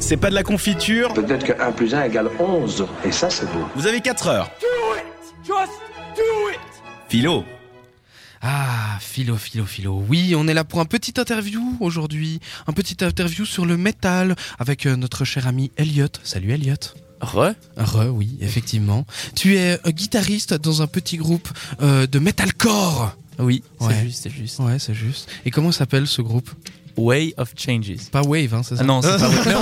c'est pas de la confiture. Peut-être que 1 plus 1 égale 11. Et ça, c'est beau. Vous avez 4 heures. Just do it! Philo. Ah, philo, philo, philo. Oui, on est là pour un petit interview aujourd'hui. Un petit interview sur le métal avec euh, notre cher ami Elliot. Salut Elliot. Re Re, oui, effectivement. Tu es euh, guitariste dans un petit groupe euh, de metalcore. Oui, c'est Ouais. juste, c'est juste. Ouais, c'est juste. Et comment s'appelle ce groupe Way of Changes. Pas Wave, hein, c'est ça Ah non, c'est pas vrai.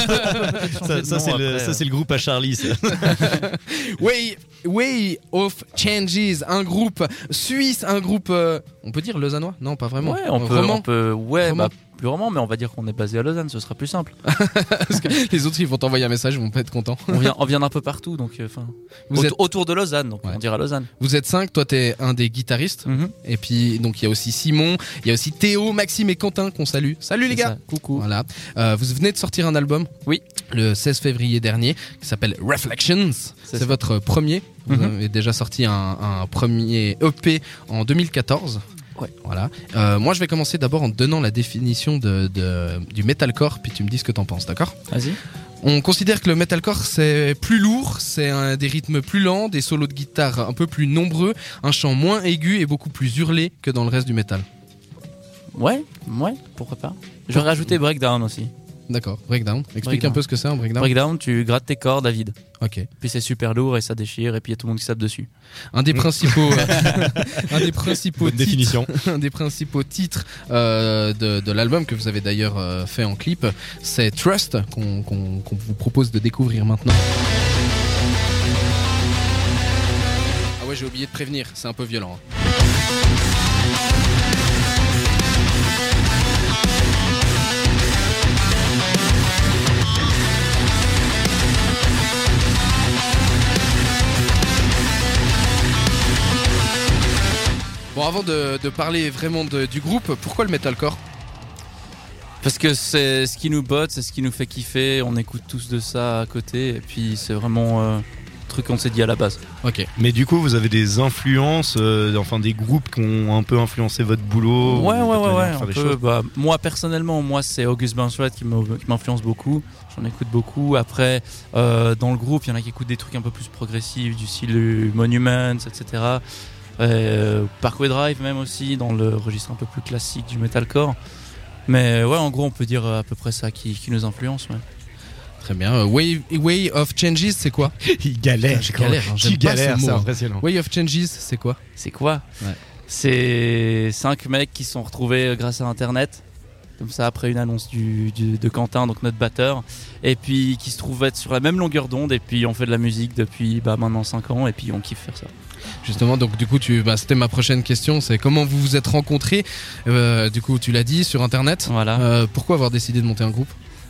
Ça, ça, c'est le, ça, c'est le groupe à Charlie. ça. Way, Way of Changes, un groupe suisse, un groupe. euh, on peut dire lausannois Non, pas vraiment. Ouais, on Euh, peut, roman, on peut- ouais, Roman. bah, plus roman, mais on va dire qu'on est basé à Lausanne, ce sera plus simple. parce que les autres, ils vont t'envoyer un message, ils vont pas être contents. On vient, on vient d'un peu partout, donc euh, enfin. Vous auto- êtes- autour de Lausanne, donc Ouais. on dira Lausanne. Mhm. Vous êtes cinq, toi t'es un des guitaristes. Et puis donc il y a aussi Simon, il y a aussi Théo, Maxime et Quentin qu'on salue. Salut les C'est gars ça. Coucou. Voilà. Euh, vous venez de sortir un album Oui. Le 16 février dernier qui s'appelle Reflections. C'est ça. votre premier. Vous Mhm. avez déjà sorti un, un premier EP en 2014. Ouais. Voilà. Euh, moi je vais commencer d'abord en te donnant la définition de, de- du metalcore puis tu me dis ce que t'en penses, d'accord Vas-y. on considère que le metalcore c'est plus lourd, c'est un des rythmes plus lents, des solos de guitare un peu plus nombreux, un chant moins aigu et beaucoup plus hurlé que dans le reste du métal. Ouais, ouais, pourquoi pas. Je vais rajouter breakdown aussi. D'accord, breakdown. Explique Breakdown. un peu ce que c'est un breakdown. Breakdown, tu grattes tes cordes à vide. ok. Puis c'est super lourd et ça déchire, et puis il y a tout le monde qui sape dessus. Un des principaux, euh, un des principaux Bonne titres, définition. un des principaux titres euh, de, de l'album que vous avez d'ailleurs euh, fait en clip, c'est Trust qu'on qu'on- qu'on vous propose de découvrir maintenant. Ah ouais, j'ai oublié de prévenir, c'est un peu violent. hein. Bon, avant de, de parler vraiment de- du groupe, pourquoi le metalcore Parce que c'est ce qui nous botte, c'est ce qui nous fait kiffer, on écoute tous de ça à côté, et puis c'est vraiment euh, le truc qu'on s'est dit à la base. Ok. Mais du coup, vous avez des influences, euh, enfin des groupes qui ont un peu influencé votre boulot. ouais, ouais, ou votre ouais, manière ouais. de faire un peu, les choses. bah, moi personnellement, moi c'est August Burnside qui m'o- qui m'influence beaucoup, j'en écoute beaucoup. Après, euh, dans le groupe, il y en a qui écoutent des trucs un peu plus progressifs, du style Monuments, etc. Euh, Parkway Drive même aussi, dans le registre un peu plus classique du metalcore. Mais ouais, en gros, on peut dire à peu près ça qui, qui nous influence. ouais. Très bien. Euh, Way, Way of Changes, c'est quoi Il galère, Je galère, hein, j'aime Il pas ce galère, mot, c'est hein. impressionnant. Way of Changes, c'est quoi C'est quoi Ouais. C'est cinq mecs qui se sont retrouvés euh, grâce à Internet, comme ça après une annonce du, du- de Quentin, donc notre batteur, et puis qui se trouvaient sur la même longueur d'onde, et puis on fait de la musique depuis bah, maintenant 5 ans, et puis on kiffe faire ça. Justement, donc du coup, tu, bah, c'était ma prochaine question, c'est comment vous vous êtes rencontrés Euh, Du coup, tu l'as dit sur Internet. Voilà. Euh, pourquoi avoir décidé de monter un groupe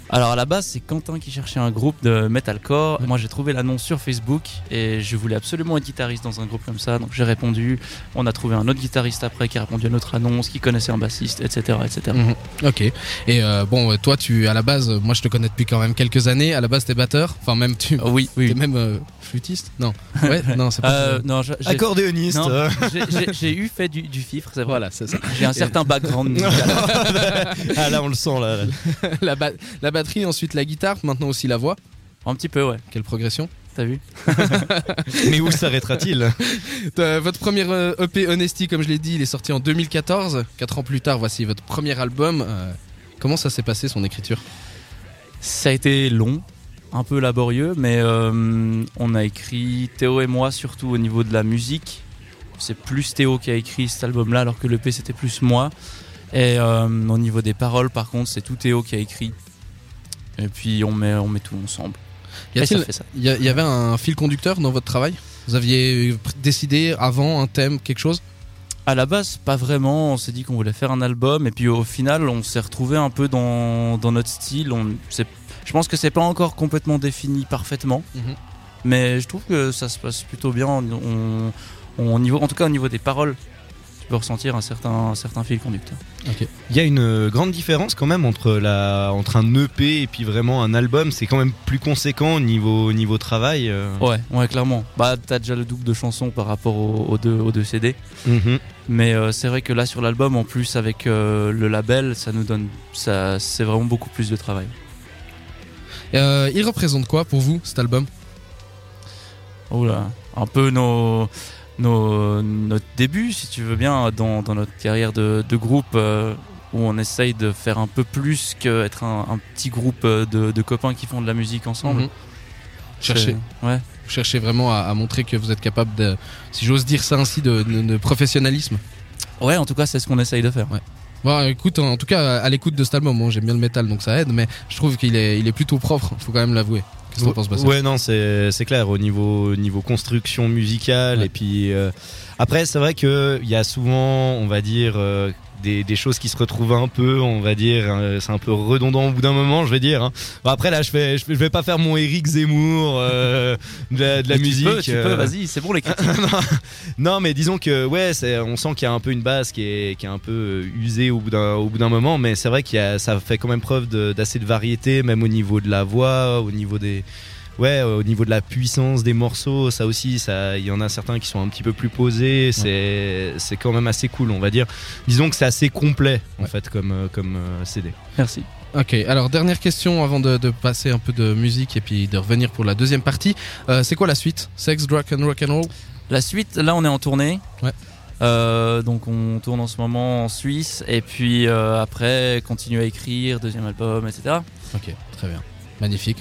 Alors à la base, c'est Quentin qui cherchait un groupe de metalcore. Moi, j'ai trouvé l'annonce sur Facebook et je voulais absolument être guitariste dans un groupe comme ça. Donc j'ai répondu. On a trouvé un autre guitariste après qui a répondu à notre annonce, qui connaissait un bassiste, etc., etc. Mhm. Ok. Et euh, bon, euh, toi, tu à la base, euh, moi, je te connais depuis quand même quelques années. À la base, t'es batteur. Enfin, même tu, Euh, oui, t'es oui. même euh, flûtiste. Non. Ouais. non, c'est pas. Euh, non, je- j'ai- Accordéoniste. Non. euh, J'ai- j'ai- J'ai eu fait du, du fifre, c'est vrai. Voilà, c'est ça. J'ai un certain background musical. ah là, on le sent là. là. la, ba- la batterie, ensuite la guitare, maintenant aussi la voix. un petit peu, ouais. Quelle progression. T'as vu Mais où s'arrêtera-t-il Euh, votre premier euh, EP Honesty, comme je l'ai dit, il est sorti en 2014. Quatre ans plus tard, voici votre premier album. Euh, comment ça s'est passé son écriture Ça a été long, un peu laborieux, mais euh, on a écrit, Théo et moi, surtout au niveau de la musique. C'est plus Théo qui a écrit cet album-là, alors que l'EP c'était plus moi. Et euh, au niveau des paroles, par contre, c'est tout Théo qui a écrit. Et puis on met, on met tout ensemble. Y Et Eh, ça a-t-il fait ça. Il y, a- il y avait un fil conducteur dans votre travail Vous aviez euh, pr- décidé avant un thème, quelque chose À la base, pas vraiment. On s'est dit qu'on voulait faire un album, et puis au final, on s'est retrouvé un peu dans, dans notre style. On, c'est- je pense que c'est pas encore complètement défini parfaitement, Mhm. mais je trouve que ça se passe plutôt bien. On, on- on- au niveau, en tout cas, au niveau des paroles, tu peux ressentir un certain, un certain fil conducteur. Il y a une euh, grande différence quand même entre, la, entre un EP et puis vraiment un album. C'est quand même plus conséquent au niveau, au niveau travail. euh. Oh. Ouais, ouais, clairement. Bah, t'as déjà le double de chansons par rapport aux, aux deux, aux deux CD, Mhm. mais euh, c'est vrai que là, sur l'album, en plus avec euh, le label, ça nous donne, ça, c'est vraiment beaucoup plus de travail. Euh, il représente quoi pour vous cet album Oula, Oh un peu nos, nos, notre début, si tu veux bien, dans, dans notre carrière de, de groupe, euh, où on essaye de faire un peu plus qu'être un, un petit groupe euh, de, de copains qui font de la musique ensemble. Mhm. Cherchez, C'est- Ouais. vous cherchez vraiment à, à montrer que vous êtes capable de, si j'ose dire ça ainsi, de, de- de professionnalisme. ouais, en tout cas, c'est ce qu'on essaye de faire. Bon, écoute, en, en tout cas, à l'écoute de cet album, bon, j'aime bien le métal, donc ça aide, mais je trouve qu'il est, il est plutôt propre. Faut quand même l'avouer. Qu'est-ce que t'en penses, Bastien Ouais, non, c'est c'est clair au niveau niveau construction musicale Ouais. et puis euh, après c'est vrai que il y a souvent, on va dire euh, des, des choses qui se retrouvent un peu, on va dire, euh, c'est un peu redondant au bout d'un moment, je vais dire. hein. Bon, après là, je fais, je, je vais pas faire mon Eric Zemmour euh, de la, de la Et tu musique. peux, tu peux, euh, vas-y, c'est bon les critiques. non, mais disons que ouais, c'est- on sent qu'il y a un peu une base qui est, qui est un peu euh, usée au bout d'un au bout d'un moment, mais c'est vrai qu'il y a, ça fait quand même preuve de- d'assez de variété, même au niveau de la voix, au niveau des ouais, euh, au niveau de la puissance des morceaux, ça aussi, ça, il y en a certains qui sont un petit peu plus posés, c'est c'est quand même assez cool, on va dire. Disons que c'est assez complet en Ouais. fait comme euh, comme euh, CD. Merci. Ok, alors dernière question avant de, de passer un peu de musique et puis de revenir pour la deuxième partie. Euh, c'est quoi la suite Sex, drug and rock and roll La suite, là, on est en tournée. Ouais. Euh, donc on tourne en ce moment en Suisse et puis euh, après continuer à écrire, deuxième album, etc. Ok, très bien. Magnifique.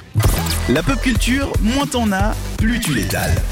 La pop culture, moins t'en as, plus tu l'étales.